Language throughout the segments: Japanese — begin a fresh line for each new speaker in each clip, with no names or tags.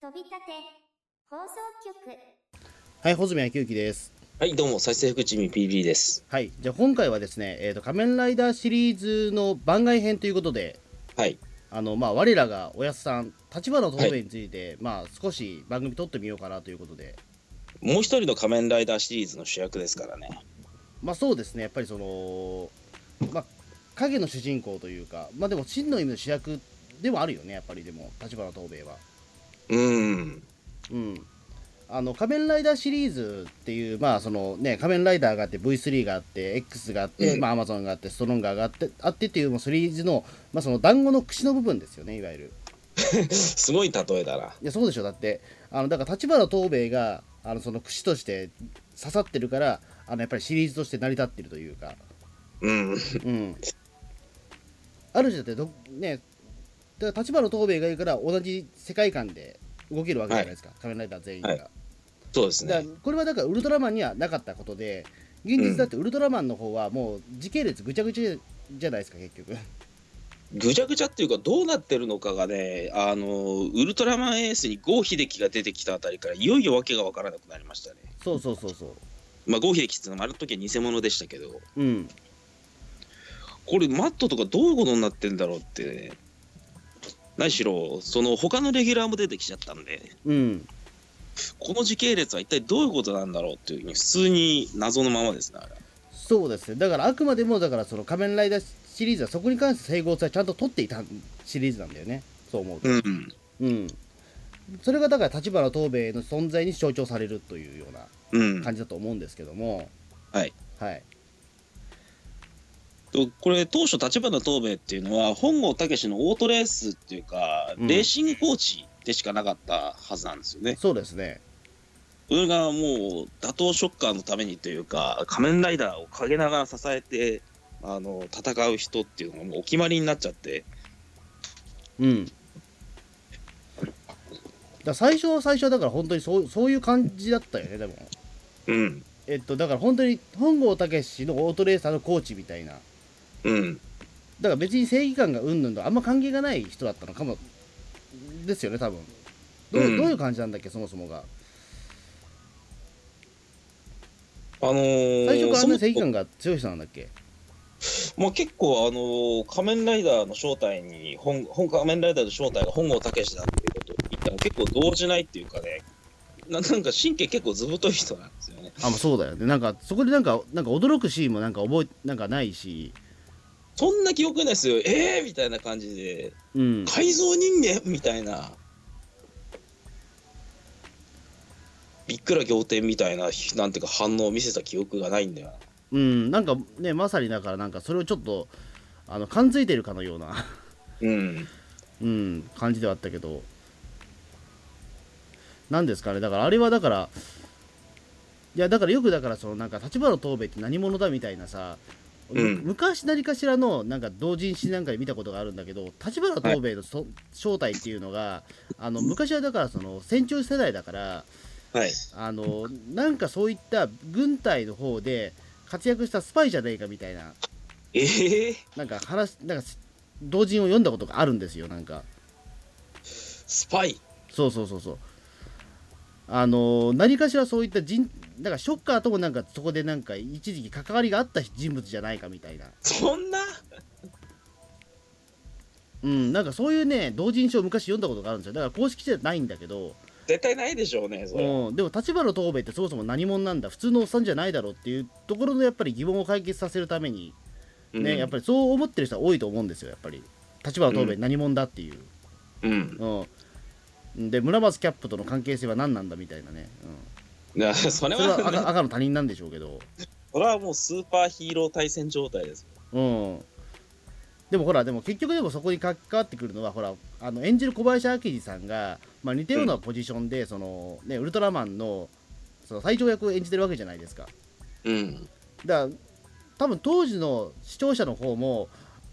飛び立て放送局
はい、穂積昭之です。
はい、どうも、再生福地味 PB です。
はい、じゃあ今回はですね、えーと、仮面ライダーシリーズの番外編ということで、
はい。
あの、まあ、我らがおやすさん、立花友部について、まあ、少し番組撮ってみようかなということで、
もう一人の仮面ライダーシリーズの主役ですからね。
まあ、そうですね、やっぱりその、まあ、影の主人公というか、まあ、でも真の意味の主役でもあるよね、やっぱりでも、立花友部は。
うーん。
うん、あの仮面ライダーシリーズっていう、まあそのね、仮面ライダーがあって、V3 があって、X があって、
うん
まあ、アマゾンがあって、ストロンガーがあってあってっていうもうシリーズの、まあ、その団子の口の部分ですよね、いわゆる。
すごい例えだな。
いや、そうでしょ、だって、あのだから立花東兵衛があのその口として刺さってるから、あのやっぱりシリーズとして成り立ってるというか。
うん。
うん、ある種だってどねだから立花東兵衛がいるから同じ世界観で動けるわけじゃないですか、仮面ライダー全員が。
はいそうです
だ
ね。
これはだからウルトラマンにはなかったことで現実だってウルトラマンの方はもう時系列ぐちゃぐちゃじゃないですか結局
ぐちゃぐちゃっていうか、どうなってるのかがね、あの、ウルトラマンエースに郷秀樹が出てきたあたりから、いよいよ訳が分からなくなりましたね。
そうそうそうそう
まあ、郷秀樹っていうのもある時は偽物でしたけど、
うん
これ、マットとかどういうことになってんだろうってね。何しろ、その、他のレギュラーも出てきちゃったんで、
うん
この時系列は一体どういうことなんだろうっていうふうに、普通に謎のままですね、あれ。
そうですねだからあくまでもだからその仮面ライダーシリーズはそこに関して整合性はちゃんと取っていたシリーズなんだよねそう思うと
うん。
うんそれがだから立花東兵衛の存在に象徴されるというような
うん、
感じだと思うんですけども
はい
はい
とこれ当初立花東兵衛っていうのは本郷武のオートレースっていうか、
うん
レーシングコーチでしかなかったはずなんですよね。
そうですね
それがもう打倒ショッカーのためにというか仮面ライダーを陰ながら支えてあの戦う人っていうのがもうお決まりになっちゃって
うん。だから最初は最初はだから本当にそうそういう感じだったよね、でも。
うん
えっと、だから本当に本郷武のオートレーサーのコーチみたいな。だ
うん
から別に正義感がうんぬんとあんま関係がない人だったのかも。ですよね、多分。どう,、
うん
どういう感じなんだっけ、そもそもが。
あのー
最初からあんな
そ
正義
も
感が強い人なんだっけ。
まあ、結構、あのー仮面ライダーの正体に本本仮面ライダーの正体が本郷武だっていうことを言ったら結構動じないっていうかねななんか神経結構ずぶとい人なんですよね
あ、まあ、そうだよね。なんか、そこでなんか、なんか驚くシーンもなんか覚え、なんかないし。
そんな記憶ないですよえーみたいな感じで
うん。
改造人間みたいなびっくら仰天みたいななんていうか反応を見せた記憶がないんだよ
うん。なんかね、まさにだからなんかそれをちょっと、あの、感づいてるかのような。
なうん
うん、感じではあったけど、なんですかね、だからあれはだから、いや、だからよくだから、そのなんか、立花東兵衛って何者だみたいなさ、む
うん
昔何かしらのなんか同人誌なんかで見たことがあるんだけど、立花東兵衛のそ、正体っていうのが、あの昔はだから、その戦中世代だから、
はい
あのなんかそういった軍隊の方で活躍したスパイじゃねえかみたいな、
えー、
なんか話、なんか同人を読んだことがあるんですよ、なんか。
スパイ
そうそうそうそうあのー何かしらそういった人だからショッカーともなんかそこでなんか一時期関わりがあった人物じゃないかみたいな
そんな
うんなんかそういうね同人誌を昔読んだことがあるんですよだから公式じゃないんだけど、
絶対ないでしょうねそれは
うん、でも立花東兵衛ってそもそも何者なんだ普通のおっさんじゃないだろうっていうところのやっぱり疑問を解決させるためにね、やっぱりそう思ってる人は多いと思うんですよやっぱり立花東兵衛何者だっていう、
りうん
うん、で村松キャップとの関係性は何なんだみたいなね、
なそ
うん、
れ
それ
は
は赤赤の他人なんでしょうけど
それはもうスーパーヒーロー対戦状態です
う
よ
ん。でもほら、でも結局でもそこに関わってくるのは、ほら、あの演じる小林明治さんが、まあ、似たようなポジションで、そのね、ウルトラマンのその最長役を演じてるわけじゃないですか。
うん
だから、多分当時の視聴者の方も、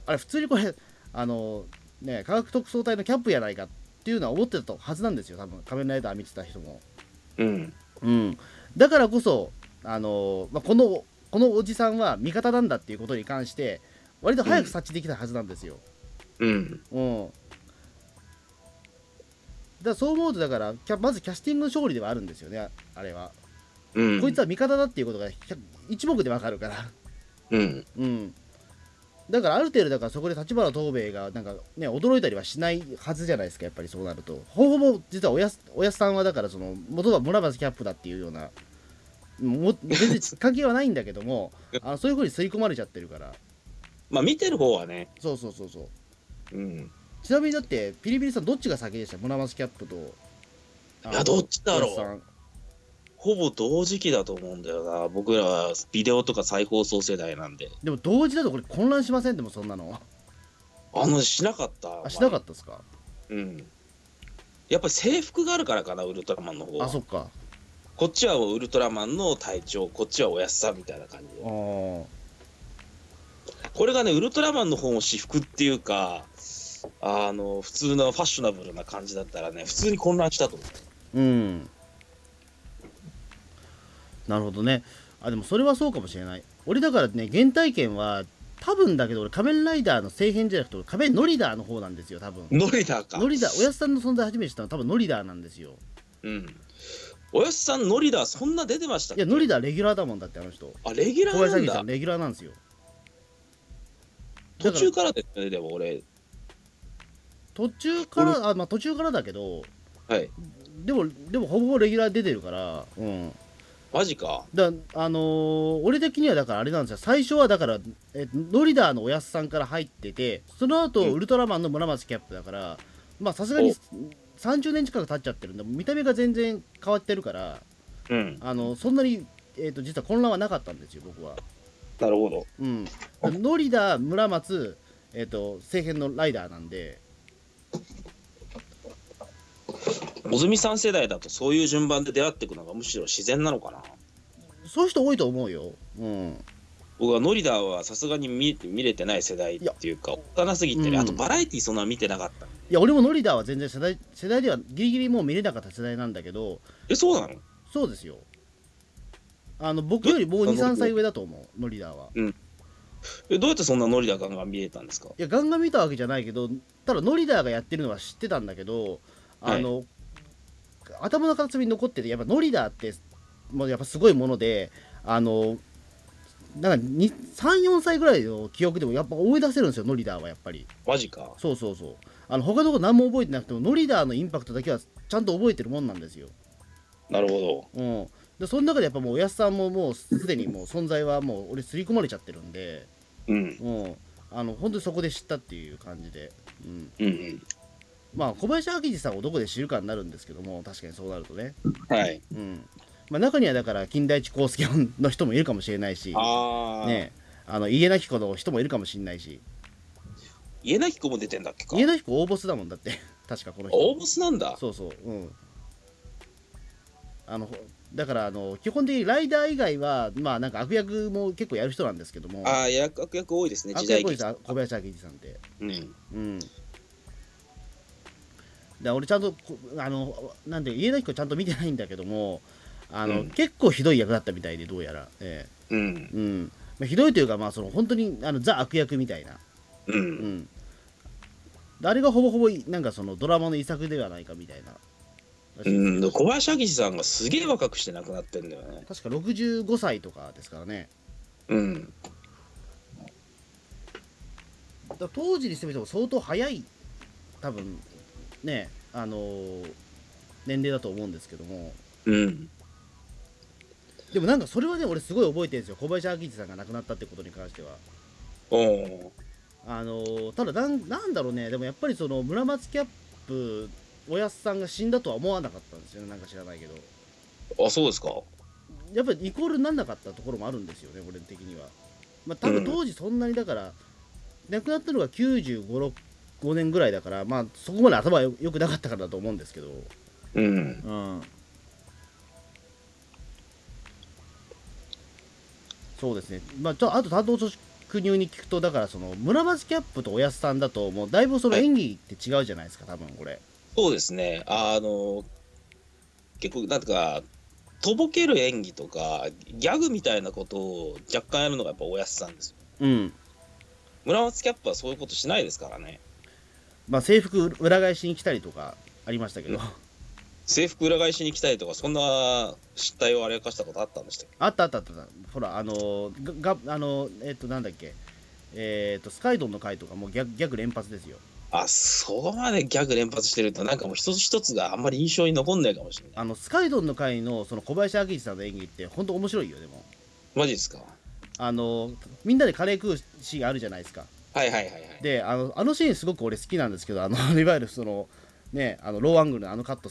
あれ、普通にこれ、あの、ね、科学特捜隊のキャップやないかっていうのは思ってたはずなんですよ、多分仮面ライダー見てた人も。
うん
うん、だからこそ、あのまあ、このこのおじさんは味方なんだっていうことに関して割と早く察知できたはずなんですよ。
うん
うんからそう思うとだからキャまずキャスティングの勝利ではあるんですよねああれは、
うん。
こいつは味方だっていうことが100一目でわかるから
うん。
うんだからある程度だからそこで立花藤兵衛がなんかね驚いたりはしないはずじゃないですかやっぱりそうなるとほぼほぼ実はおやすおやすさんはだからその元は村松キャップだっていうようなも全然関係はないんだけど もあのそういうふうに吸い込まれちゃってるから
まあ見てる方はね、
そうそうそうそう
うん。
ちなみにだってピリピリさんどっちが先でした村松キャップとあの
いやどっちだろう
おやすさん
ほぼ同時期だと思うんだよな。僕らはビデオとか再放送世代なんで。
でも同時だとこれ混乱しませんでもそんなの
あの、しなかった。
あしなか
っ
ったですか
た。うん。やっぱり制服があるからかな、ウルトラマンの方は
あそっか
こっちはウルトラマンの隊長、こっちはおやっさんみたいな感じ
あ
で。
ー
これがね、ウルトラマンの方も私服っていうか、あの、普通のファッショナブルな感じだったらね、普通に混乱したと思う。
うんなるほどねあでもそれはそうかもしれない俺だからね原体験は多分だけど俺仮面ライダーの聖変じゃなくて俺仮面ノリダーの方なんですよ多分
ノリダーか。
ノリダーおやすさんの存在初めて知ったの多分ノリダーなんですよ
うん。おやっさん、ノリダー、そんな出てました
い
っけ
やノリダーレギュラーだもんだってあの人
あ、レギュラ
小林
ー
明
な
さ
ん
ん
だ。
レギュラーなんですよ
途中からですね、でも俺。
途中からあまあ途中からだけど
はい。
でもでもほぼほぼレギュラー出てるからうん
マジか。
だあのー俺的にはだからあれなんですよ最初はだからえノリダーのおやすさんから入っててその後、
うん
ウルトラマンの村松キャップだからまあさすがに30年近く経っちゃってるんで見た目が全然変わってるから
うん。
あのそんなに、えー、と実は混乱はなかったんですよ僕は
なるほど。
うんノリダー村松えっ、と聖変のライダーなんで
小泉さん世代だとそういう順番で出会っていくのがむしろ自然なのかな。
そういう人多いと思うようん
僕はノリダーはさすがに見見れてない世代っていうか、おっかなすぎてね、
うん
あとバラエティーそんな見てなかった。
いや俺もノリダーは全然世代世代ではギリギリもう見れなかった世代なんだけど
え、そうなの
そうですよ。あの僕よりもう
え
2、
あ
3
の
歳上だと思う、ノリダーは。
え、どうやってそんなノリダーガンガン見れたんですか
いや、ガンガン見たわけじゃないけど、ただノリダーがやってるのは知ってたんだけど、あの、頭の片隅に残ってて、やっぱノリダーって、もうやっぱすごいもので、あの、なんかに3、4歳ぐらいの記憶でもやっぱ思い出せるんですよ、ノリダーはやっぱり。
マジか。
そうそうそう。あの他のこと何も覚えてなくても、ノリダーのインパクトだけはちゃんと覚えてるもんなんですよ。
なるほ
うん、でその中でやっぱもうおやっさんももうすでにもう存在はもう俺刷り込まれちゃってるんで、
ど。う
う
ん。
ん、あの本当にそこで知ったっていう感じで、うん、
うんうん。
まあ小林明治さんをどこで知るかになるんですけども確かにそうなるとね、
はい。
うんまあ、中にはだから金田一耕助の人もいるかもしれないし、
ああ、
ね、あの家なき子の人もいるかもしれないし
家なき子も出てんだっけか。
家なき子大ボスだもんだって 確かこの人
大ボスなんだ。
そうそううんあのだからあの基本的にライダー以外はまあなんか悪役も結構やる人なんですけども
ああ、役悪役多いですね、
あ
時
とやっ
代
ぱり
劇。
さ小林明治さんって
うん。
うんだから俺ちゃんとこあのなんで家田彦ちゃんと見てないんだけどもあの、
うん
結構ひどい役だったみたいでどうやら、え
うん。
えうんまあひどいというかまあその本当にあのザ悪役みたいな
う。
うんんあれがほぼほぼいなんかそのドラマの遺作ではないかみたいな
うん、で小林明治さんがすげえ若くして亡くなってんだよね。
確か65歳とかですからね
うん。
だから当時にしてみても相当早い多分ねあのー年齢だと思うんですけども
うん。
でもなんかそれはね俺すごい覚えてるんですよ小林明治さんが亡くなったってことに関しては
おお。
あのーただなんなんだろうねでもやっぱりその村松キャップおやすさんが死んだとは思わなかったんですよねなんか知らないけど
あ、そうですか。
やっぱりイコールになんなかったところもあるんですよね俺的にはまあ多分当時そんなにだから、亡くなったのが955 5年ぐらいだからまあそこまで頭よ良くなかったからだと思うんですけど
うん。
うんそうですね、まあ、ちょあと担当組織入に聞くとだからその村松キャップとおやすさんだともうだいぶその
はい
演技って違うじゃないですか多分これ
そうですね。あの、結構、なんか、とぼける演技とか、ギャグみたいなことを若干やるのがやっぱおやすさんですよ。
うん
村松キャップはそういうことしないですからね。
まあ制服裏返しに来たりとかありましたけど、
制服裏返しに来たりとか、そんな失態をあれかしたことあったんでしたっけ
あったあったあったほらあのががあのえっ、となんだっけえっ、とスカイドンの回とかもうギャグギャグ連発ですよ
あ、そこまでギャグ連発してると、なんかもう一つ一つがあんまり印象に残んないかもしれない。
あのスカイドンの回のその小林明治さんの演技って本当面白いよでも
マジですか
あのみんなでカレー食うシーンあるじゃないですか
はいはいはいはい。
であのあのシーンすごく俺好きなんですけどあの いわゆるそのねあのローアングルのあのカット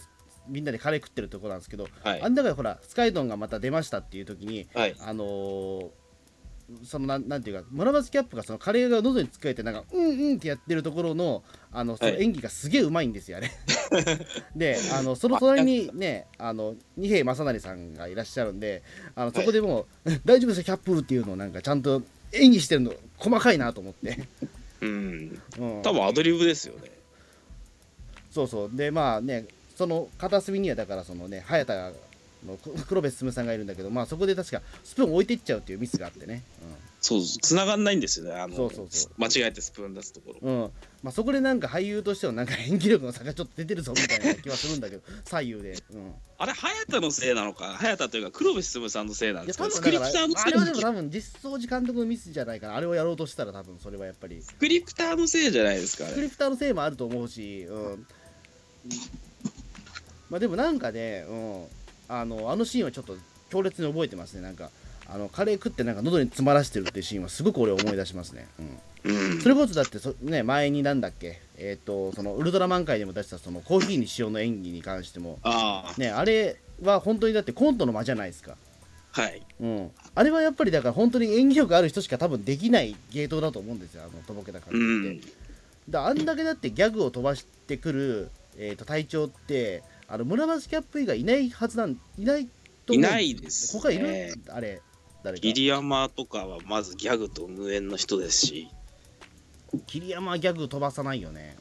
みんなでカレー食ってるとこなんですけど、
はい
あん中でほらスカイドンがまた出ましたっていう時に
はい。
あのーそのなんなんていうか村松キャップがそのカレーが喉につかえてなんかうんうんってやってるところのあのその
はい
演技がすげえうまいんです よあれであのその隣にねあの二瓶正成さんがいらっしゃるんであのそこでもう、大丈夫ですよキャップっていうのをなんかちゃんと演技してるの細かいなと思って、
うん。
うん、
多分アドリブですよね。
そうそうでまあねその片隅にはだからそのね早田のく黒部進さんがいるんだけどまあそこで確かスプーン置いていっちゃうっていうミスがあってね、うん、
そう、繋がんないんですよね。あの、
そうそうそう
間違えてスプーン出すところ。
うんまあ、そこでなんか俳優としてのなんか演技力の差がちょっと出てるぞみたいな気はするんだ けど左右で、うん、
あれ、早田のせいなのか、早田というか、黒部進さんのせいなん
い
で
や
すけ
多
ど、ス
分
クリ
だか
プターの
らあ
せい
れはでも多分実相寺監督のミスじゃないかなあれをやろうとしたら多分それはやっぱりス
スクリプターのせいじゃないですか、あ
ク
れ。
リプターのせいもあると思うし、うん、まあでもなんかね、うん、あのあのシーンはちょっと強烈に覚えてますねなんかあのカレー食ってなんか喉に詰まらしてるっていうシーンはすごく俺思い出しますね、うん
うん
そ。れこそだってそ、ね、前になんだっけ、えっとそのウルトラマン界でも出したそのコーヒーに塩の演技に関しても、
あ
ね、あれは本当にだってコントの間じゃないですか、
あ、はい。
うん、あれはやっぱりだから本当に演技力ある人しか多分できない芸当だと思うんですよあのとぼけた感
う
じって
ん。、
だあんだけだってギャグを飛ばしてくる、えー、と隊長ってあの村松キャップ以外いないはずなんいないと思う
いないです、ね。
他いる、あれ誰か
桐山とかはまずギャグと無縁の人ですし、
桐山はギャグ飛ばさないよね、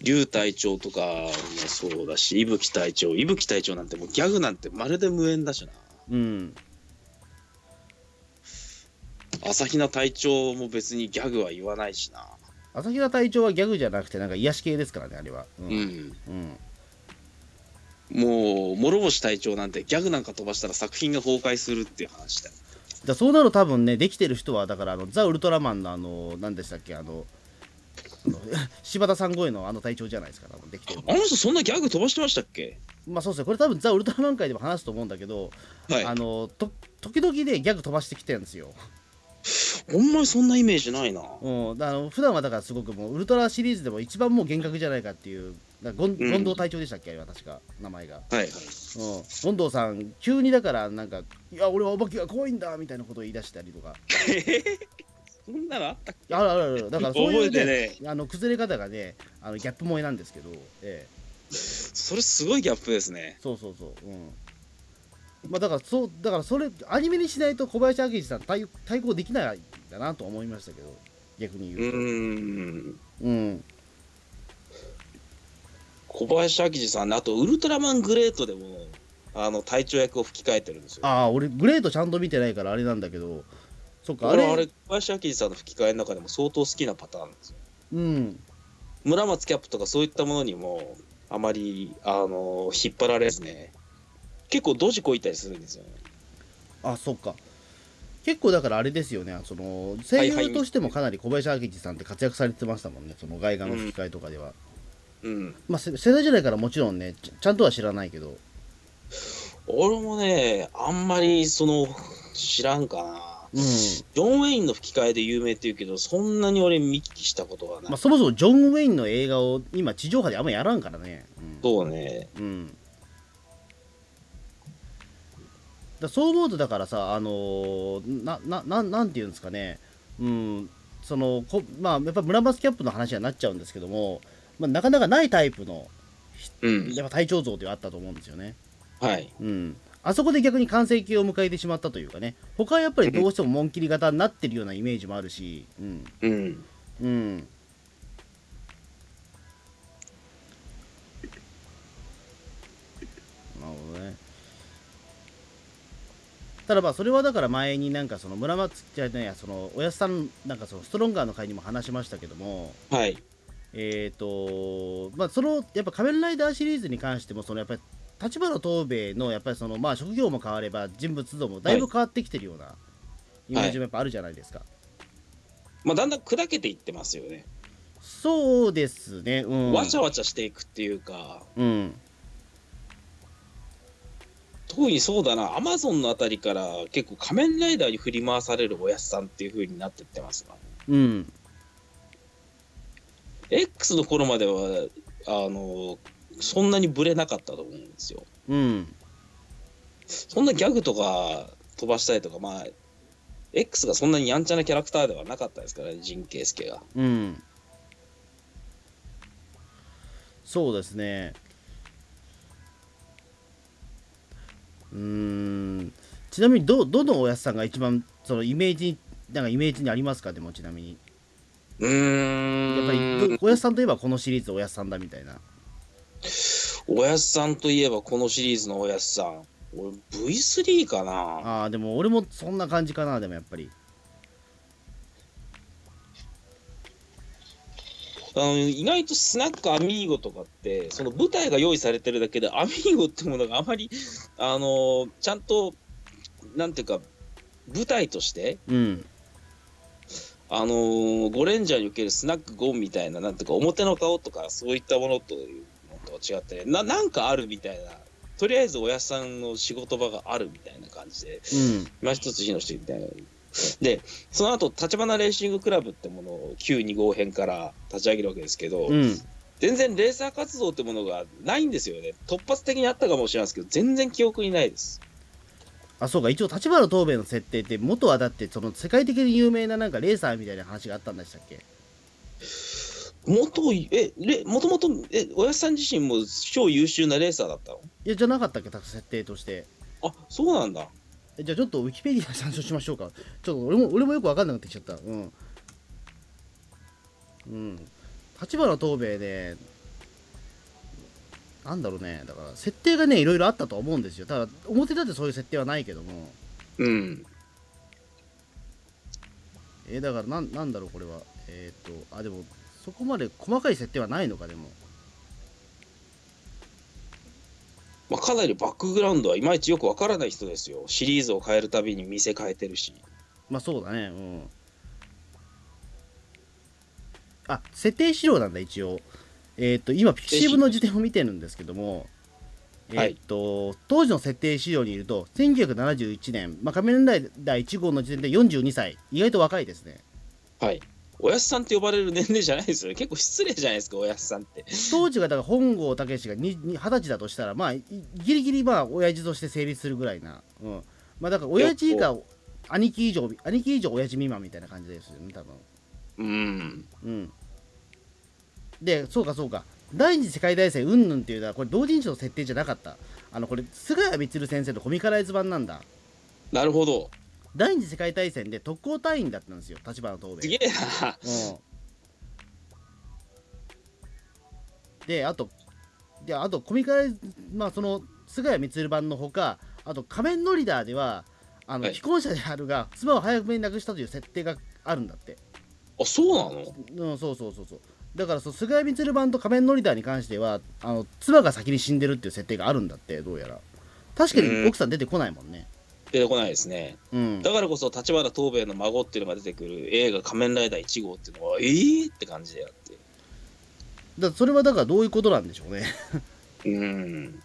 竜隊長とかもそうだし、伊吹隊長、伊吹隊長なんてもうギャグなんてまるで無縁だしな。
うん、うん、
朝比奈隊長も別にギャグは言わないしな。
朝比奈隊長はギャグじゃなくてなんか癒し系ですからねあれはう、
うんん。
うん、
もう、諸星隊長なんてギャグなんか飛ばしたら作品が崩壊するっていう話だよ。
だそうなると多分ねできてる人はだからあのザ・ウルトラマンのあの何でしたっけあのあの柴田さん超えのあの隊長じゃないですか多分できてるの
あの人そんなギャグ飛ばしてましたっけ
まあそうですねこれ多分ザ・ウルトラマン界でも話すと思うんだけど、
はい。
あのと時々ねギャグ飛ばしてきてるんですよ、
ほんまにそんなイメージないな。
うん、だあの普段はだからすごくもうウルトラシリーズでも一番もう幻覚じゃないかっていうだゴン
うん
権藤隊長でしたっけあれは確か名前が
は
うん、
い。
権藤さん急にだからなんか「いや俺はお化けが怖いんだ」みたいなことを言い出したりとか
そんなのあったっ
いやあるあるあるだからそういう、
覚
ね
えて
あの崩れ方がねあのギャップ萌えなんですけど、ええ、
けそれすごいギャップですね。
そうそうそううんまあだからそうだからそれアニメにしないと小林明治さん対対抗できないんだなと思いましたけど逆に
う
言うと
ーん。
うん、
小林明治さんね、あとウルトラマングレートでも、あの、隊長役を吹き替えてるんですよ。
ああ俺グレートちゃんと見てないからあれなんだけどそっかあ
俺
れ
はあれ、小林明治さんの吹き替えの中でも相当好きなパターンですよ。
うん
村松キャップとかそういったものにも、あまり、あの、引っ張られずね、結構ドジこいたりするんですよね。
あそっか結構だからあれですよねその
は
声
いはい
優としてもかなり小林明治さんって活躍されてましたもんねその外画の吹き替えとかでは、
うん。
まあせ世代時代からもちろんねちちゃんとは知らないけど
俺もね、あんまり、その、知らんかな。
うん
ジョン・ウェインの吹き替えで有名って言うけど、そんなに俺見聞きしたことはない。
まあ、そもそもジョン・ウェインの映画を今地上波であんまやらんからね。うん
そうね。
うん、だそう思うとだからさあのーななななんていうんですかね、うんそのこまあ、やっぱ村松キャップの話にはなっちゃうんですけども、まあ、なかなかないタイプの
うん。
やっぱ体調像ではあったと思うんですよね。
はい。
うんあそこで逆に完成形を迎えてしまったというかね他はやっぱりどうしても紋切り型になってるようなイメージもあるし、うん、
うん。
うん。なるほどね。ただまあそれはだから前になんかその村松じゃないやそのおやすさんなんかそのストロンガーの会にも話しましたけども、
はい。
えっ、とまあそのやっぱ仮面ライダーシリーズに関してもそのやっぱり立花東兵衛のやっぱりそのまあ職業も変われば人物像もだいぶ変わってきてるようなイメージもやっぱあるじゃないですか。
まあ、だんだん砕けていってますよね、
そうですね。うん。
わちゃわちゃしていくっていうか、
うん。
特にそうだな、アマゾンのあたりから結構、仮面ライダーに振り回されるおやすさんっていう風になってってますな。
うん。
X の頃までは、あの、そんなにブレなかったと思うんですよ。
うん。
そんなギャグとか飛ばしたりとか、まあ、X がそんなにやんちゃなキャラクターではなかったですからね、ジンケイスケが。
うん。そうですね。うーん。ちなみにど、どのおやつさんが一番、そのイメージに、なんかイメージにありますかでもちなみに。
う
やっぱ
ー
り
ん、、
おやつさんといえばこのシリーズおやつさんだみたいな。
おやすさんといえばこのシリーズのおやすさん。俺、V3 かな
ああ、でも俺もそんな感じかな、でもやっぱり。
あの意外とスナックアミーゴとかってその舞台が用意されてるだけでアミーゴってものがあまりあのちゃんとなんていうか舞台として
うん。
あのゴレンジャーにおけるスナックゴンみたいななんていうか表の顔とかそういったものというのとは違ってななんかあるみたいなとりあえずおやっさんの仕事場があるみたいな感じで
うん。
今一つ火の人みたいな。でその後立花レーシングクラブってものを旧2号編から立ち上げるわけですけど、
うん。
全然レーサー活動ってものがないんですよね。突発的にあったかもしれないですけど、全然記憶にないです。
あ、そうか、一応、立花東弁の設定って、元はだって、その世界的に有名ななんかレーサーみたいな話があったんでしたっけ
元い、え、れ、もともと、え、おやすさん自身も超優秀なレーサーだったの
いや、じゃなかったっけ、設定として。
あ、そうなんだ。
えじゃあちょっとウィキペディア参照しましょうか。ちょっと俺も俺もよくわかんなくなってきちゃった。うん。うん。立花東兵衛ね、なんだろうね、だから設定がね、いろいろあったとは思うんですよ。ただ、表立ってそういう設定はないけども、
うん。
えーだからなん、なんだろう、これは。えーっと、あ、でも、そこまで細かい設定はないのか、でも。
まあ、かなりバックグラウンドはいまいちよくわからない人ですよ。シリーズを変えるたびに店変えてるし。
まあそうだね、うん。あ、設定資料なんだ、一応。えっ、と、今、ピクシブの辞典を見てるんですけども、
は
えっ、
い
と、当時の設定資料にいると、1971年、まあ、仮面ライダー1号の時点で42歳、意外と若いですね。
はい。おやすさんって呼ばれる年齢じゃないですよね。結構失礼じゃないですか、おやすさんって。
当時が、だから本郷武史がにに20歳だとしたら、まあ、いギリギリ、まあ、親父として成立するぐらいな。うん。まあ、だから、親父が兄貴以上、兄貴以上親父未満みたいな感じですよね、多分。
うん。
うん、でそうかそうか第二次世界大戦うんぬんっていうのはこれ同人誌の設定じゃなかったあのこれ菅谷満先生のコミカライズ版なんだ
なるほど。
第二次世界大戦で特攻隊員だったんですよ立花東
す
兵
げ
衛
えな。
うんであとであとコミカライズまあその菅谷満版のほかあと仮面ノリダーではあの、
はい
既婚者であるが妻を早めに亡くしたという設定があるんだって
あ、そうなの
うん、そうそうそうそうだからそう菅谷満版と仮面ノリダーに関してはあの妻が先に死んでるっていう設定があるんだってどうやら確か
う
に
ん
奥さん出てこないもんね
出てこないですね。
うん
だからこそ立花東兵衛の孫っていうのが出てくる映画「仮面ライダー1号」っていうのはえーって感じであって
だそれはだからどういうことなんでしょうね
うん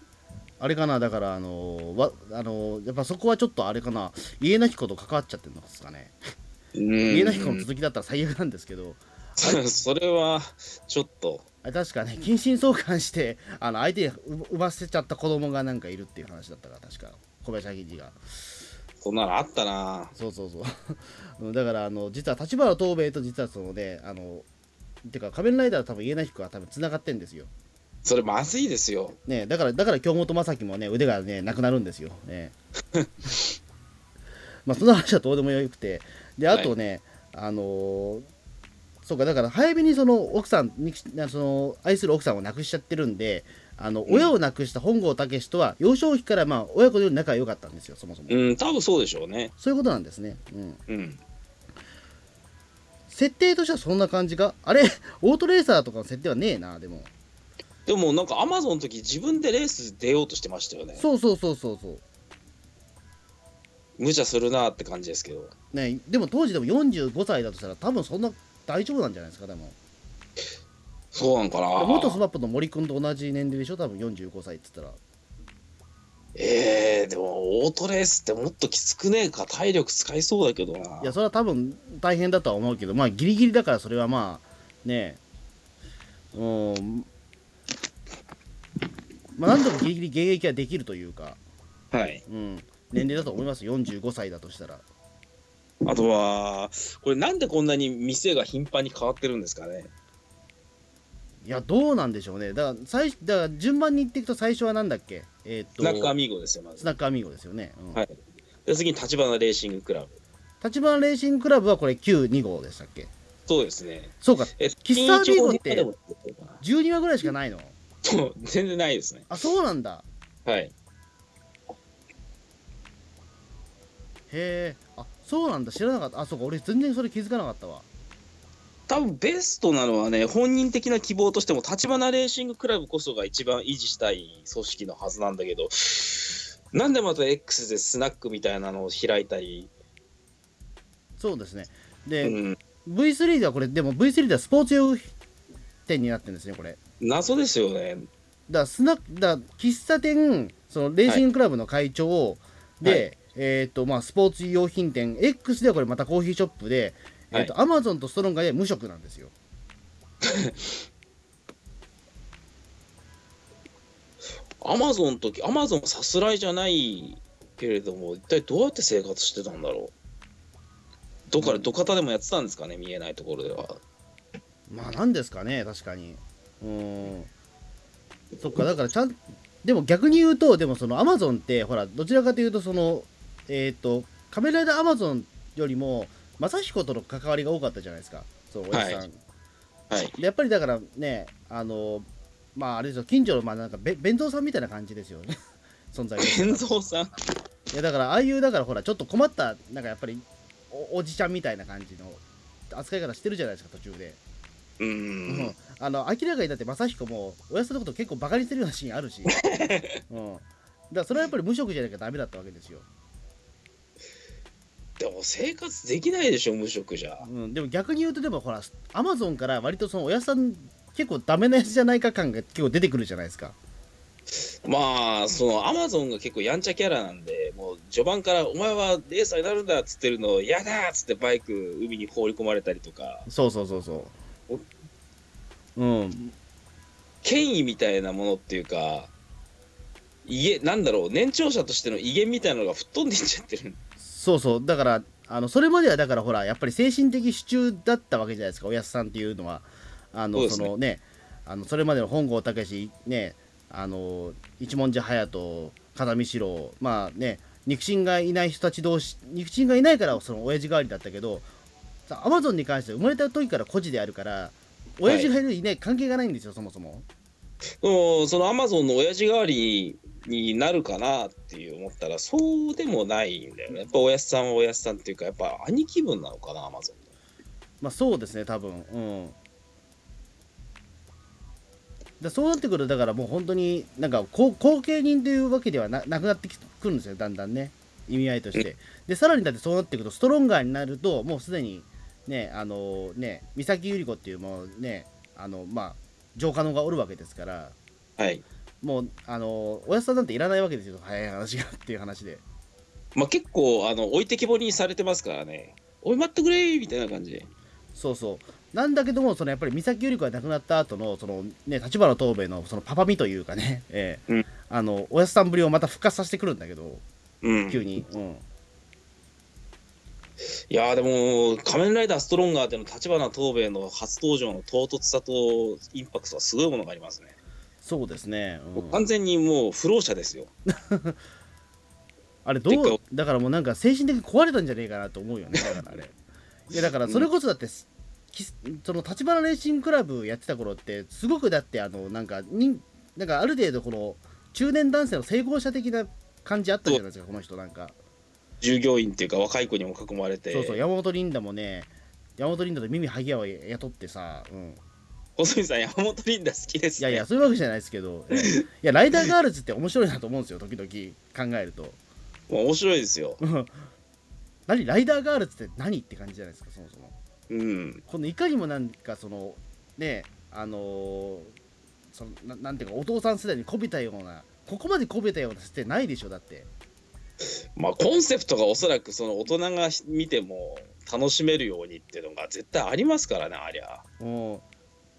あれかなだからあのーわあのーやっぱそこはちょっとあれかな家なき子と関わっちゃってるのですかね家
家
なき子の続きだったら最悪なんですけど
それはちょっと
あれ確かね近親相関してあの相手に産産ませちゃった子供がなんかいるっていう話だったから確か小林明治が
そんなのあったな
そうそう そううん。だから、あの、実は立花東兵衛と実はそのね、あの、てか仮面ライダーと多分家なき子は多分繋がってんですよ。
それまずいですよ
ねだから、だから京本正樹もね、腕がね、なくなるんですよ。ね まあ、その話はどうでもよくて。で、あとね、あのーそうかだから早めにその奥さんになその愛する奥さんを亡くしちゃってるんであの
うん
親を亡くした本郷武とは幼少期からまあ親子より仲が良かったんですよそもそも、
うん多分そうでしょうね
そういうことなんですね、うん、
うん
設定としてはそんな感じかあれオートレーサーとかの設定はねえなでも
でもなんかアマゾンの時自分でレース出ようとしてましたよね
そうそうそうそうそう
無茶するなって感じですけど
ねでも当時でも45歳だとしたら多分そんな大丈夫なんじゃないですかでも
そうなんかな
元スマップの森君と同じ年齢でしょ多分45歳っつったら
えー、でもオートレースってもっときつくねえか体力使いそうだけどない
やそれは多分大変だとは思うけどまあギリギリだからそれはまあねえうんまあなんとかギリギリ現役はできるというか、
はい
うん、年齢だと思いますよ45歳だとしたら
あとはこれなんでこんなに店が頻繁に変わってるんですかね
いやどうなんでしょうねだから最だから順番に言っていくと最初はなんだっけえー、っ
ス
と
ナックアミーゴですよま
ス
ず
ナックアミーゴですよね、うん
はいで次に立花レーシングクラブ
立花レーシングクラブはこれ92号でしたっけ
そうですね
そうか
え
喫茶アミーゴって
金一号日課でも
12話ぐらいしかないの
そう全然ないですね
あそうなんだ
はい
へえあそうなんだ知らなかったあそうか俺全然それ気づかなかったわ
多分ベストなのはね本人的な希望としても立花レーシングクラブこそが一番維持したい組織のはずなんだけどなんでまた X でスナックみたいなのを開いたり、
そうですね
う
で、
ん、
V3 ではこれでも V3 ではスポーツ用店になってるんですねこれだか
謎ですよね
らスナックだから喫茶店そのレーシングクラブの会長で、
はい
えっ、とまあスポーツ用品店 X ではこれまたコーヒーショップで、えっとアマゾンとストロンガイで無職なんですよ
アマゾンの時アマゾンさすらいじゃないけれども一体どうやって生活してたんだろうどっかで土方でもやってたんですかね見えないところでは
まあなんですかね確かにうーんそっかだからちゃんでも逆に言うとでもそのアマゾンってほらどちらかというとそのえっ、と仮面ライダーアマゾンよりも正彦との関わりが多かったじゃないですかそうおやじさん、
はいはい
でやっぱりだからねあのまああれですよ近所のまあなんかべ弁当さんみたいな感じですよね 存在がい
健三さん
やだからああいうだからほらちょっと困ったなんかやっぱりおおじちゃんみたいな感じの扱い方してるじゃないですか途中でう
う
んんあの明らかにだって正彦も親父のこと結構バカにしてるようなシーンある し、うん、だからそれはやっぱり無職じゃなきゃダメだったわけですよ、
でも生活できないでしょ無職じゃ
うん、でも逆に言うとでもほらアマゾンから割とその親父さん結構ダメなやつじゃないか感が結構出てくるじゃないですか
まあそのアマゾンが結構やんちゃキャラなんでもう序盤から「お前はレーサーになるんだ」っつってるのを「嫌だ!」っつってバイク海に放り込まれたりとか
そうそうそうそううん
権威みたいなものっていうか家なんだろう年長者としての威厳みたいなのが吹っ飛んでいっちゃってる
そうそうだからあのそれまではだからほらやっぱり精神的支柱だったわけじゃないですか親父さんっていうのはあの
そう
そ
ですね
のねあのそれまでの本郷武史ねあの一文字隼人風見四郎まあね肉親がいない人たち同士肉親がいないからその親父代わりだったけどアマゾンに関しては生まれた時から孤児であるから親父がいるいない関係がないんですよそもそも
もうそのアマゾンの親父代わりになるかなっていう思ったらそうでもないんだよねやっぱおやすさんはおやすさんっていうかやっぱ兄貴分なのかなアマゾン
まあそうですね多分うんだそうなってくるとだからもう本当になんか後後継人というわけではななくなってきくるんですよだんだんね意味合いとしてでさらにだってそうなっていくとストロンガーになるともうすでにねあのね三崎百合子っていうもうねあのまあ浄化能がおるわけですから
はい
もうあのおやすさんなんていらないわけですよ早い話がっていう話で
まあ結構あの置いてきぼりにされてますからねおい待ってくれみたいな感じで
そうそうなんだけどもそのやっぱり三崎由里子が亡くなった後のそのね立花藤兵衛のそのパパみというかね、 ええ
うん
あのおやすさんぶりをまた復活させてくるんだけど
うん
急に、うん、
いやーでも「仮面ライダーストロンガー」での立花藤兵衛の初登場の唐突さとインパクトはすごいものがありますね、
そうですね、うん
完全にもう不老者ですよ
あれどうだからもうなんか精神的に壊れたんじゃねえかなと思うよねだからあれいやだからそれこそだって、きその立花レーシングクラブやってた頃ってすごくだってあのなんかになんかある程度この中年男性の成功者的な感じあったじゃないですかこの人なんか
従業員っていうか若い子にも囲まれて
そうそう山本リンダもね山本リンダと耳萩谷を雇ってさ、うん、
細見さん、山本リンダ好きです
いや
ね。
いやそういうわけじゃないですけど、ええいやライダーガールズって面白いなと思うんですよ 時々考えると
まあ面白いで すよ。
何ライダーガールズって何って感じじゃないですかそもそも
うん。
このいかにもなんかそのねあのーそのななんていうかお父さん世代にこびたようなここまでこびたようなしてないでしょだって
まあ、コンセプトがおそらく、その大人が見ても楽しめるようにっていうのが絶対ありますからね、ありゃ。
もう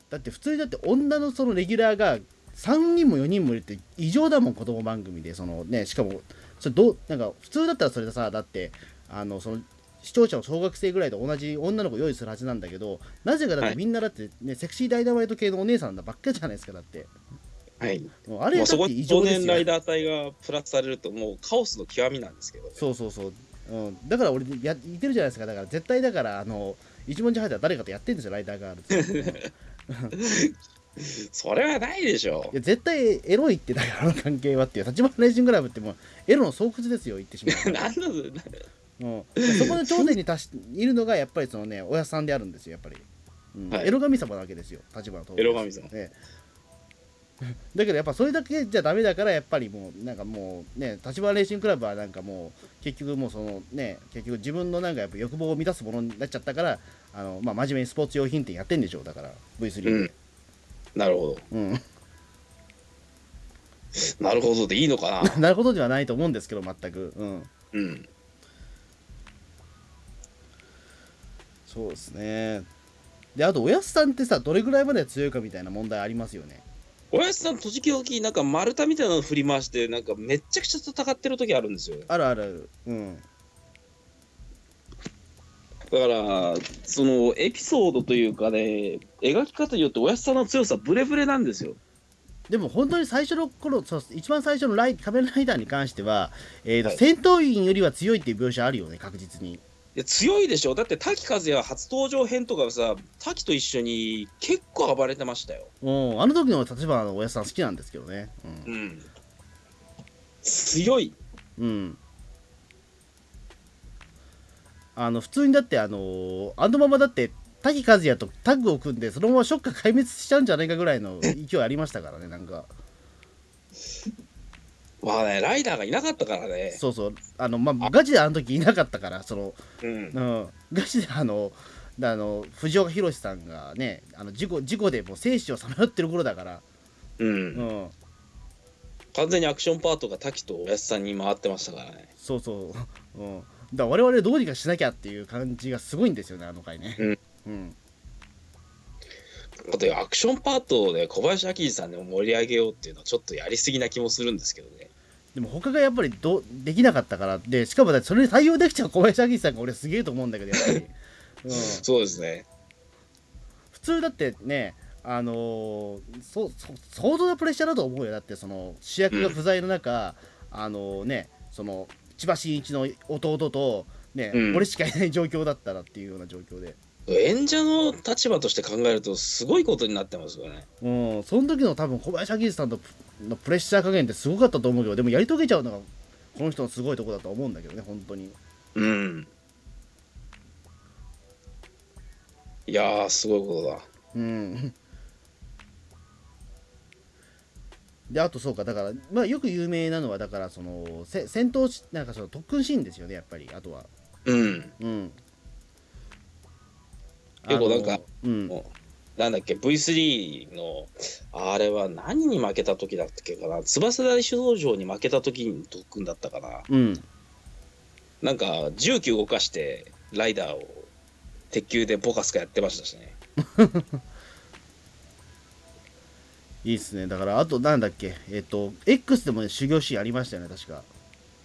だって普通にだって女のそのレギュラーが3人も4人もいるって異常だもん子供番組でそのねしかもそれどうなんか普通だったらそれさだってあのその視聴者の小学生ぐらいと同じ女の子用意するはずなんだけどなぜかだっ
は
て
い
みんなだってね、セクシーダイナマイト系のお姉さんだばっかじゃないですかだって
はい。
もうあれ
ま
だ
あ、そ
っ
こ
て異
に
常
少
で
年
す
ライ
よ
ダー隊がプラスされると、もうカオスの極みなんですけど。
そうそうそう、うん、だから俺や言ってるじゃないですかだから絶対だからあの一文字入ったら誰かとやってんですよライダーガール ズい
それはないでしょ。
や絶対エロいってだからあの関係はっていう立花レーシングクラブってもうエロの巣窟ですよ言ってしま
なんだそれな
う、 うん、そこの頂点に達しいるのがやっぱりそのねおやっさんであるんですよやっぱり、うん
はい
エロ神様なわけですよ立花と
エロ神様
ね だけどやっぱそれだけじゃダメだからやっぱりもうなんかもうね立花レーシングクラブはなんかもう結局もうそのね結局自分のなんかやっぱ欲望を満たすものになっちゃったからあのまあ真面目にスポーツ用品店やってんでしょうだから V3 で、
なるほ
うん、
ど。なるほどでいいのかな。
なるほどではないと思うんですけど全くうん
うん。
そうですねであとおやすさんってさどれぐらいまで強いかみたいな問題ありますよね
おやじさん、栃木沖、なんか丸太みたいなの振り回して、なんかめっちゃくちゃ戦ってる時あるんですよ。
あるあるうん
だから、そのエピソードというかね、描き方によっておやすさんの強さ、ブレブレなんですよ。
でも本当に最初の頃そう一番最初のライ仮面ライダーに関しては、えーと
はい
戦闘員よりは強いっていう描写あるよね確実に
いや強いでしょ、だって滝和也初登場編とかさ、滝と一緒に結構暴れてましたよ。
うんあの時の立花のおやさん好きなんですけどね
うん。強い。
うん、うん、あの普通にだってあのーあのままだって滝和也とタッグを組んでそのままショッカー壊滅しちゃうんじゃないかぐらいの勢いありましたからねなんか
まあね、ライダーがいなかったからね。
そうそうあのまあガチであの時いなかったからその
うん。
うん、ガチであのだあの藤岡弘さんがねあの事故事故でもう生死をさまよってる頃だから、
う
うん
ん。完全にアクションパートが滝とおやすさんに回ってましたからね。
そうそう、うん、だから我々どうにかしなきゃっていう感じがすごいんですよねあの回ね、
うん
うん
あとアクションパートで小林明治さんでも盛り上げようっていうのはちょっとやりすぎな気もするんですけどね。
でも他がやっぱりどできなかったからでしかもだってそれに対応できちゃう小林明さんが俺すげえと思うんだけどやっぱり、うん、
そうですね。
普通だってねあのーそそ相当なプレッシャーだと思うよだってその主役が不在の中、あのねその千葉真一の弟とね、
うん
俺しかいない状況だったらっていうような状況で
演者の立場として考えるとすごいことになってますよね。
うんその時の多分小林明治さんののプレッシャー加減ってすごかったと思うけどでもやり遂げちゃうのがこの人のすごいとこだと思うんだけどね本当に
うん。いやー、すごいことだ。
うんであとそうかだから、まあ、よく有名なのはだからそのせ戦闘しなんかその特訓シーンですよねやっぱりあとは
うん。
うん
結構なんか
あのうん
もうなんだっけ、V3 の、あれは何に負けた時だっけかな。翼大主道場に負けた時に特訓だったかな。
うん
なんか、重機動かして、ライダーを、鉄球でボカスカやってましたしね。
いいっすねだからあとなんだっけえっと X でも、ね、修行シーンありましたよね確か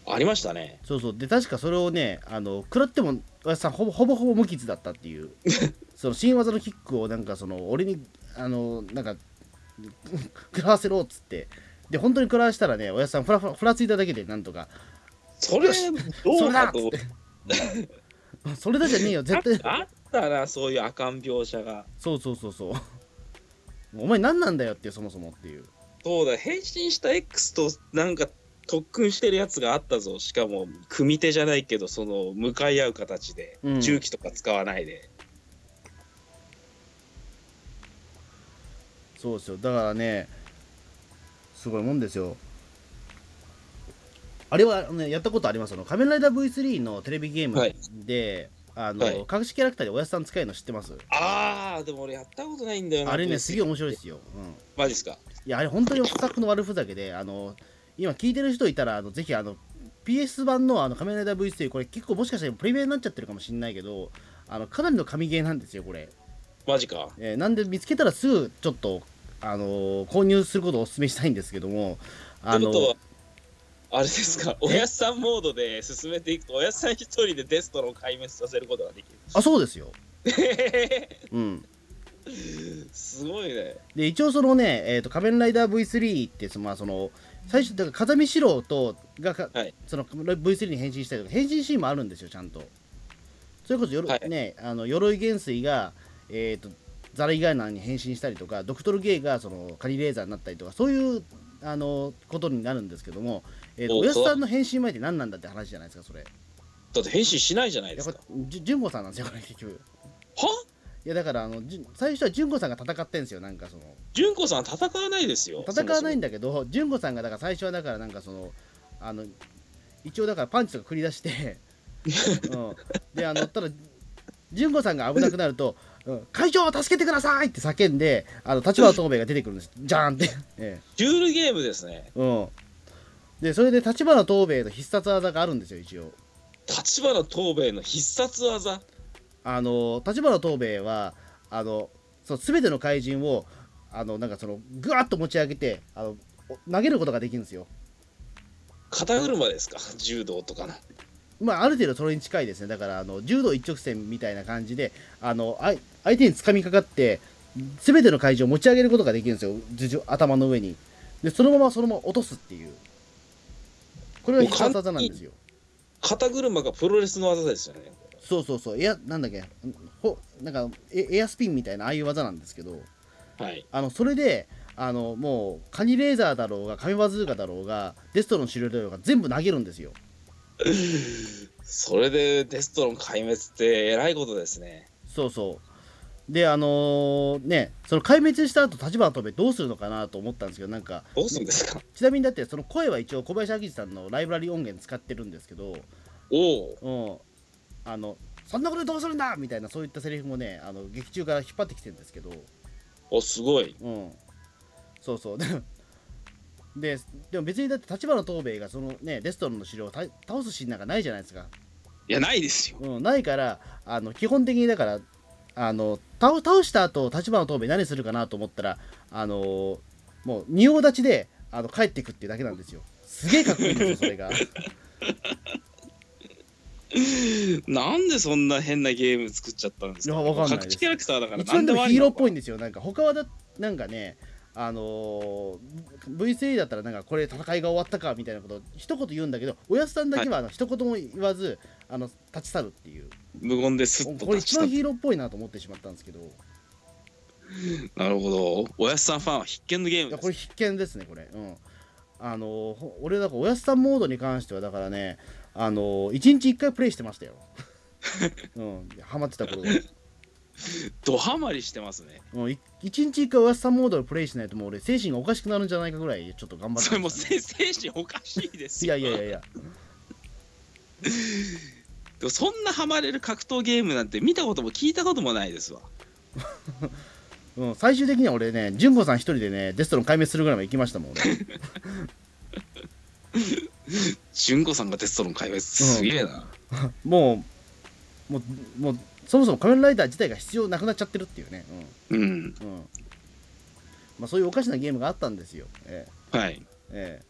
ありましたね。
そうそうで確かそれをねあの食らってもおやじさんほぼほぼほぼ無傷だったって いうその新技のキックをなんかその俺にあのなんか 食らわせろっつってで本当に食らわしたらねおやじさんふらふらふらついただけでなんとか
それ
よし、
どうかと
それだっつって それだじゃねえよ絶対
あったな、そういうあかん描写が。
そうそうそうそうお前何なんだよっていうそもそもっていう
そうだ、変身した X となんか特訓してるやつがあったぞ。しかも、組手じゃないけど、その、向かい合う形で
うん、
重機とか使わないで。
そうですよだからねすごいもんですよあれはあのねやったことありますあの仮面ライダー V3 のテレビゲーム
はい
で、あの
はい
隠しキャラクターでおやっさん使えるの知ってます
あー、でも俺やったことないんだよな。
あれねすげえ面白い
い。
ですよ、うん、
マジっすか。
いやあれ本当にオタクの悪ふざけであの今聞いてる人いたらあのぜひあの PS 版のあの仮面ライダー V っていうこれ結構もしかしたらプレミアになっちゃってるかもしれないけどあのかなりの神ゲーなんですよこれ、
マジか。
えーなんで見つけたらすぐちょっとあのー購入することをお勧めしたいんですけどもあ
って
の
ことは、あれですか、おやっさんモードで進めていくと、おやっさん一人でデストロを壊滅させることができ
あそうです よ、
る。
うん、
すごいね。
で一応そのね、えーと「仮面ライダー V3」ってその、まあ、その最初だから風見四郎とがか、
はい
その V3 に変身したりとか変身シーンもあるんですよちゃんとそれこそよろ、
はい
ねあの鎧元帥がえっ、とザライガーナーに変身したりとかドクトル・ゲイがそのカニレーザーになったりとかそういうあのことになるんですけども、えーと
お
おやすさんの変身前って何なんだって話じゃないですかそれい
だって変身しないじゃないで
や
す
こ
か。
れじゅ純子さんなんですよこれ結局
はい
やだからあのじゅ最初は純子さんが戦ってんですよなんかその
純子さん戦わないですよ。
戦わないん
ん
だけど純子さんがだから最初はだからなんかそのあの一応だからパンチとか繰り出して、うん、であのただ純子さんが危なくなると「うん、会長を助けてください!」って叫んであの立花東明が出てくるんですじゃーんって、ええ
ジュールゲームですね。
うん、でそれで立花東明の必殺技があるんですよ一応
立花東兵衛の必殺技。
あの立花東明はあのその全ての怪人をあのなんかそのぐわっと持ち上げてあのお投げることができるんですよ
肩車ですか柔道とかな。
まあ、ある程度それに近いですね、だからあの柔道一直線みたいな感じで、あのあい相手につかみかかって、すべての会場を持ち上げることができるんですよ、頭上頭の上に。で、そのままそのまま落とすっていう、これは必殺技なんですよ。
肩車がプロレスの技ですよね。
そうそうそう、エアなんだっけ、ほなんかエエアスピンみたいな、ああいう技なんですけど、
はい。
あのそれで、あのもうカニレーザーだろうが、カミバズーカだろうが、デストロの狩猟だろうが、全部投げるんですよ。
それでデストロン壊滅ってえらいことですね。
そうそう。で、あのーね、その壊滅した後、立花飛べどうするのかなと思ったんですけど、なんか、
どうするんですか
ちなみにだって、その声は一応、小林明治さんのライブラリ音源使ってるんですけど、
おお。
うん、あの、そんなことでどうするんだみたいな、そういったセリフもね、あの劇中から引っ張ってきてるんですけど、
おすごい
うん、そうそう。でででも別にだって立花東兵衛がそのねデストロンの資料をた倒すシーンなんかないじゃないですか、
いやないですよ
うん、ないからあの基本的にだからあの倒倒した後立花東兵衛何するかなと思ったらあのーもう仁王立ちであの帰ってくっていうだけなんですよすげえかっこいいんですよそれ が
なんでそんな変なゲーム作っちゃったんですか
いやわかんないです
隠しキャラクターだから
一応
何
で
でも
も
あ
ヒ
り
ー
な
ローっ
のか
ぽいんですよなんか他はだなんかねあのー V3 だったらなんかこれ戦いが終わったかみたいなことを一言言うんだけどおやすさんだけはあの一言も言わずあの立ち去るっていう
無言ですっと
これ
出し
一
た
番ヒーローっぽいなと思ってしまったんですけどい
なるほどおやすさんファンは必見のゲーム
や
です
これ必見ですねこれうんあのーほ俺だからおやすさんモードに関してはだからねあのー、1日1回プレイしてま したようんハマってた頃は
ドハマりしてますね
もうい一日一回おやすさんモードでプレイしないともう俺精神がおかしくなるんじゃないかぐらいちょっと頑張ってまし
そ
た
れ
ね
もう精精神おかしいです
い
よ
やいやいやいや
でもそんなハマれる格闘ゲームなんて見たことも聞いたこともないですわ
うん、最終的には俺ね、純子さん一人でね、デストロン壊滅するぐらいまで行きましたもん、俺。
純子さんがテストの解別すげえな、
もう、もう、もう、そもそも仮面ライダー自体が必要なくなっちゃってるっていうね。
う
う
ん、
ん。うん。まあ、そういうおかしなゲームがあったんですよ。ええ。
はい
ええ。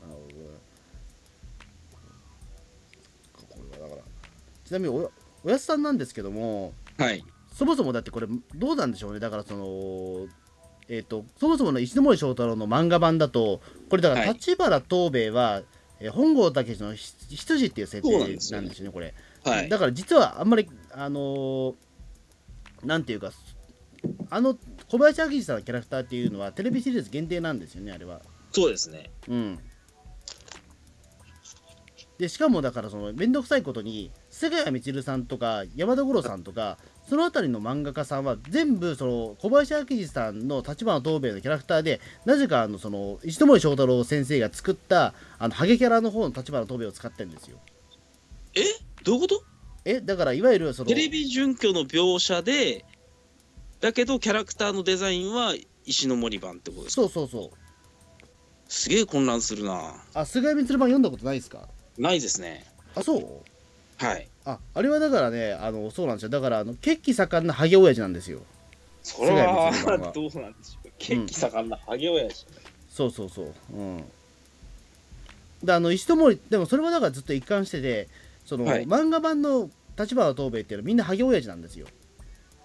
なるほど。これはだから、ちなみにおや、おやすさんなんですけども、
はい
そもそもだってこれどうなんでしょうねだからそのえっ、とそもそもの石森章太郎の漫画版だとこれだから
はい
立花東兵衛は、えー本郷武のひ羊っていう設定
そう
な
なんん
で
ですす
よ
よ
ね
ね
これ、
はい
だから実はあんまりあのーなんていうかあの小林明治さんのキャラクターっていうのはテレビシリーズ限定なんですよねあれは
そうですね
うんでしかもだからその面倒くさいことに菅谷みさんとか山田五郎さんとかその辺りの漫画家さんは全部その小林明治さんの立花東兵衛のキャラクターでなぜかあのその石森章太郎先生が作ったあのハゲキャラの方の立花東兵衛を使ってるんですよ
えどういうこと
えだからいわゆるその
テレビ準拠の描写で、だけどキャラクターのデザインは石の森版ってことですか
そうそうそう
すげえ混乱するな
あ菅谷光版読んだことないですか
ないですね。
あそう
はい。
ああれはだからねあのそうなんですよだからあの血気盛んなハゲ親父なんですよ
それは
世界の
どうなんでしょうか。血気盛んなハゲ親父。
そうそうそううんであの石森でもそれはだからずっと一貫しててその、
はい
漫画版の立花東兵衛っていうのはみんなハゲ親父なんですよ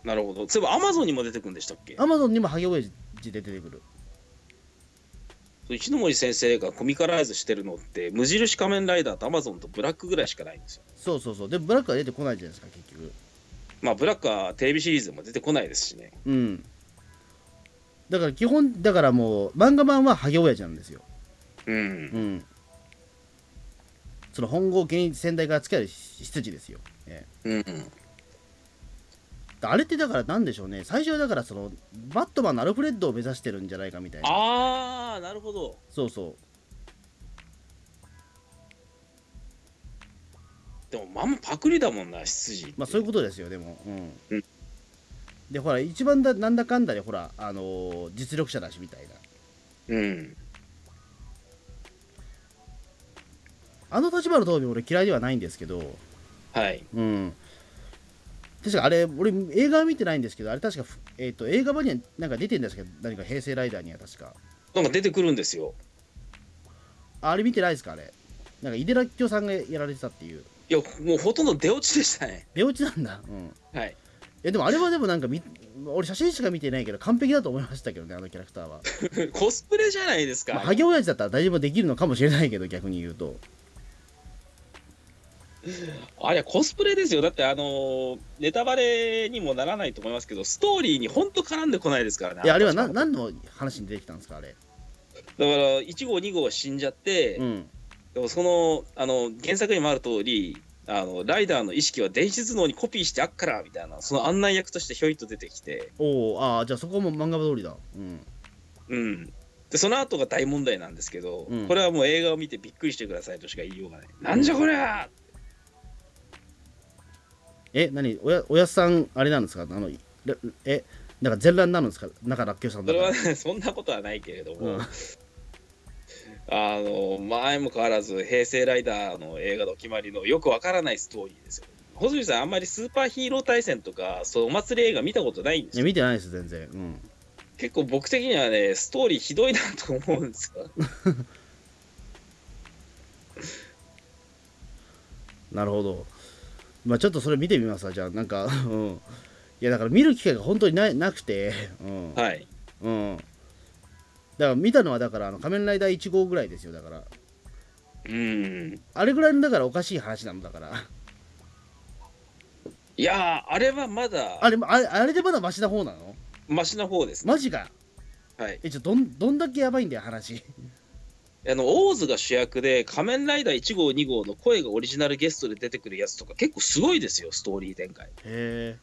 なるほど。そういえばアマゾンにも出てくるんでしたっけ
アマゾンにもハゲ親父で出てくる
石ノ森先生がコミカライズしてるのって、無印仮面ライダーとアマゾンとブラックぐらいしかないんですよ。
そうそうそうでもブラックは出てこないじゃないですか結局
まあ、ブラックはテレビシリーズでも出てこないですしね。
うんだから基本だからもう漫画版はハゲ親父なんですよ
うん。
うんその本郷現役先代から付き合う羊ですよ、ええ
うん。
あれってだからなんでしょうね最初はだからそのバットマンのアルフレッドを目指してるんじゃないかみたいな
あー、なるほど。
そうそう
でも、まんまパクリだもんな、羊って。
まあそういうことですよでもうん、
うん
でほら一番だなんだかんだでほらあのー実力者だしみたいな
うん。
あの立場の通り俺嫌いではないんですけど
はい。
うん確かあれ俺映画は見てないんですけどあれ確か、ふえー、と映画版にはなんか出てるんですけど何か平成ライダーには確か
なんか出てくるんですよ。
ああれ見てないですかあれなんか井寺清さんがやられてたっていう
いや、もうほとんど出落ちでしたね。
出落ちなんだうん
はい。
いやでもあれはでもなんかみ俺写真しか見てないけど完璧だと思いましたけどねあのキャラクターは、
コスプレじゃないですか。
まあ、ハゲ親父だったら大丈夫できるのかもしれないけど逆に言うと
あれはコスプレですよ。だって、あのーネタバレにもならないと思いますけど、ストーリーに本当絡んでこないですからね。
いやあれはな
なだか
何の話に出てきたんですかあれ
ら、1号、2号は死んじゃって、
うん
でもその、あの、原作にもある通り、あの、ライダーの意識は電子頭脳にコピーしてあっから、みたいな、その案内役としてひょいっと出てきて、
おおああじゃあそこも漫画通りだうん
うん。で、その後が大問題なんですけど、
うん
これはもう映画を見てびっくりしてくださいとしか言いようがない。なんじゃこりゃ
え何おやおやっさんあれなんですかあのいらえなんか全乱になるんですか中楽京さんだ
それ
から
は、ね、そんなことはないけれども、
うん
あの前も変わらず平成ライダーの映画のお決まりのよくわからないストーリーですよ細見さんあんまりスーパーヒーロー対戦とかそうお祭り映画見たことないんで
い
す
や
よ
見てないです全然うん
結構僕的にはねストーリーひどいなと思うんです よ
なるほどまあちょっとそれ見てみますわじゃあなんか うんいやだから見る機会が本当にないなくてうん
はい
うん。だから見たのはだからあの仮面ライダー1号ぐらいですよだから
うん
あれぐらいのだからおかしい話なのだから
いやーあれはまだ
あれあれあれでまだマシな方なの
マシな方ですね
マジか
はい
えちょどんどんだけやばいんだよ話
あのオーズが主役で仮面ライダー1号2号の声がオリジナルゲストで出てくるやつとか結構すごいですよストーリー展開
へえ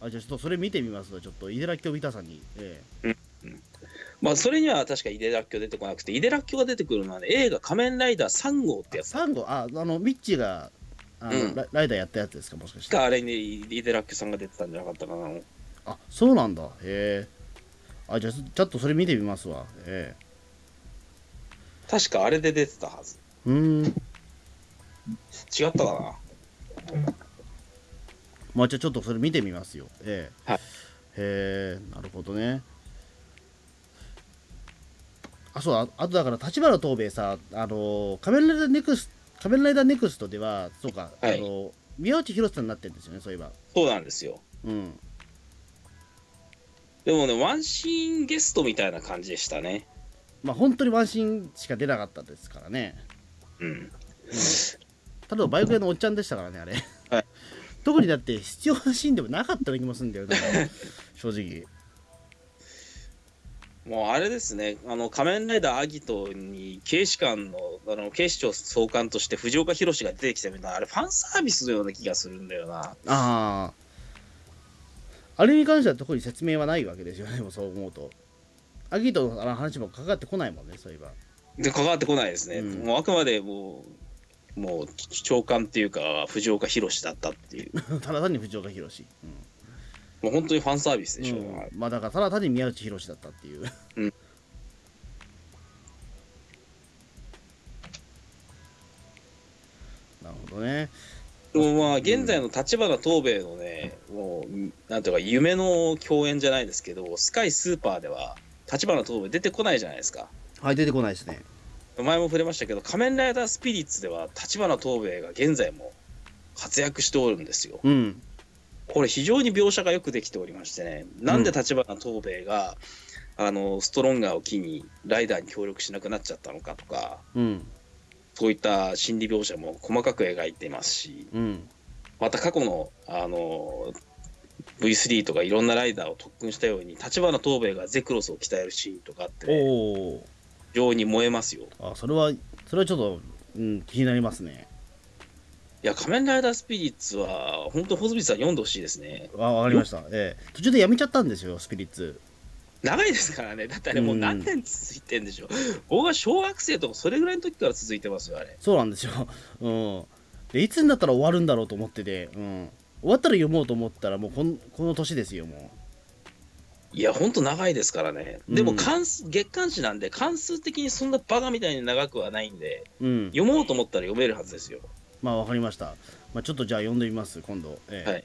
あじゃあちょっとそれ見てみますわちょっと井寺京美太さんに、え
まあ、それには確か井出らっきょ出てこなくて、井出らっきょが出てくるのは、ね、映画仮面ライダー3号っ
え、
てやつ
サンゴああのミッチーがあの、
うん
ラライダーやったやつですかもしかして
があれに井出らっきょさんが出てたんじゃなかったかな。
あそうなんだへえあじゃあちょっとそれ見てみますわええ
確かあれで出てたはず。
うーん
違ったか
まあじゃあちょっとそれ見てみますよ。ええ
はい
へえなるほどね。あそうああとだから立花東兵衛さあの仮面ライダーネクス仮面ライダーネクストではそうか、
はい
あの宮内博さんになってるんですよねそういえば。
な。そうなんですよ。
うん。
でもね、ワンシーンゲストみたいな感じでしたね。
まあ本当にワンシーンしか出なかったですからね。
うん。
ただのバイク屋のおっちゃんでしたからねあれ。
はい
特にだって必 要なシーンでもなかったような気もするんだよ、なんか正直。
もうあれですね、あの仮面ライダーアギトに警視官のあの警視庁総監として藤岡弘が出てきたみたいな、あれ、ファンサービスのような気がするんだよな。
あああれに関しては特に説明はないわけですよねでもそう思うとアギトの話もかかってこないもんねそういえば
で、関わってこないですね、
うん
もうあくまでもう、もう長官っていうか、藤岡弘だったって いう、
ただ単に藤岡弘、うん
もう本当にファンサービスでしょ、
うんまあだからただ単に宮内宏だったっていう、
うん
なるほどね
でもまあ、現在の立花東兵衛のね、もう、なんていうか、夢の共演じゃないですけど、スカイスーパーでは、立花東兵衛出てこないじゃないですか。
はい出てこないですね
前も触れましたけど「仮面ライダースピリッツ」では立花東兵衛が現在も活躍しておるんですよ。
うん
これ非常に描写がよくできておりましてねなんで立花東兵衛が、あのストロンガーを機にライダーに協力しなくなっちゃったのかとか
うん
そういった心理描写も細かく描いていますし
うん
また過去のあの V3 とかいろんなライダーを特訓したように立花東兵衛がゼクロスを鍛えるシーンとかあって、
お
ね、
お
非常に燃えますよ。
あそれはそれはちょっと、うん、気になりますね
いや、仮面ライダースピリッツは、本当、ホズビさん読んでほしいですね。
あわかりました、ええ途中でやめちゃったんですよスピリッツ
長いですからね、だってあれ、もう何年続いてんでしょう。僕は小学生とか、それぐらいの時から続いてますよ、あれ。
そうなんですよ、 うん、でいつになったら終わるんだろうと思ってて、うん、終わったら読もうと思ったらもうこんこの年ですよも
いや、本当長いですからね。
うん
でも関数、月刊誌なんで、関数的にそんなバカみたいに長くはないんで、
う、うん、
読もうと思ったら読めるはずですよ。
まあわかりました、まあ、ちょっとじゃあ読んでみます今度、ええ
はい。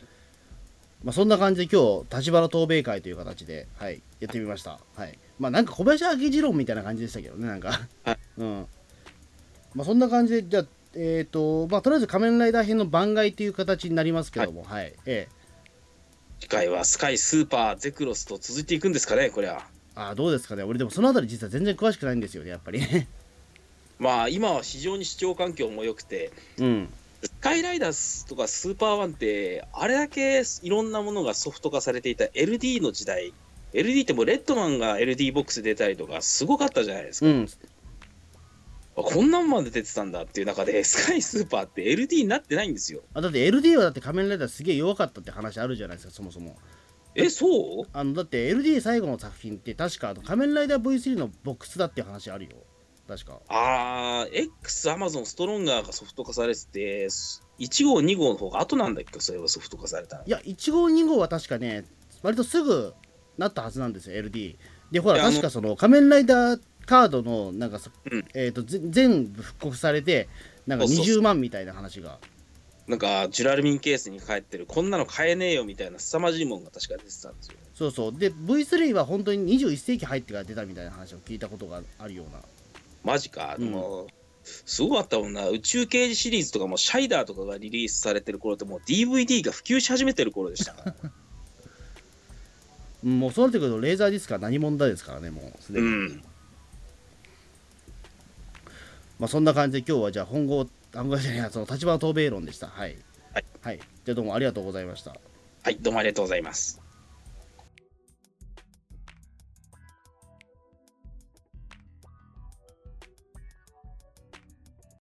まあ、そんな感じで今日立花東米会という形で、はい、やってみました、はいまあ、なんか小林明次郎みたいな感じでしたけどねなんか、
はい
うんまあ、そんな感じでじゃあえっ、とまあとりあえず仮面ライダー編の番外という形になりますけどもはい、ええ
次回は、スカイ、スーパー、ゼクロスと続いていくんですかね、こりゃ。
ああどうですかね俺でもそのあたり実は全然詳しくないんですよねやっぱりね
まあ、今は非常に視聴環境も良くて、
うん
スカイライダースとかスーパーワンって、あれだけいろんなものがソフト化されていた LD の時代、LD ってもうレッドマンが LD ボックス出たりとか、すごかったじゃないですか。
うん
こんなんまで出てたんだっていう中で、スカイスーパーって LD になってないんですよ。
あだって LD はだって仮面ライダーすげえ弱かったって話あるじゃないですかそもそも
え、そう
あのだって LD 最後の作品って確かあの仮面ライダー V3 のボックスだっていう話あるよ確か
あー、X、アマゾン、ストロンガーがソフト化されてて、1号、2号の方が後なんだっけ、それはソフト化されたの
いや1号2号は確かね割とすぐなったはずなんですよ LD でほら
いやあの
確かその仮面ライダーカードのなんかそ、
うん
えー、とぜ全部復刻されてなんか
そうそうそ
20万みたいな話が
なんか、ジュラルミンケースに帰ってる、こんなの買えねえよみたいな凄まじいもんが確か出てたんですよ。
そうそうで V3 は本当に21世紀入ってから出たみたいな話を聞いたことがあるような
マジか、
うん
でもすごかったもんな、宇宙刑事シリーズとかも、シャイダーとかがリリースされてる頃って、もう DVD が普及し始めてる頃でしたから、
うんもうそうなってくるとレーザーディスクは何者だですからねもうすで
う
に、
ん、
まあ、そんな感じで今日はじゃあ本郷本郷じゃないやその立花答弁論でしたはい、
はい
はい、じゃあどうもありがとうございました
はい、どうもありがとうございます。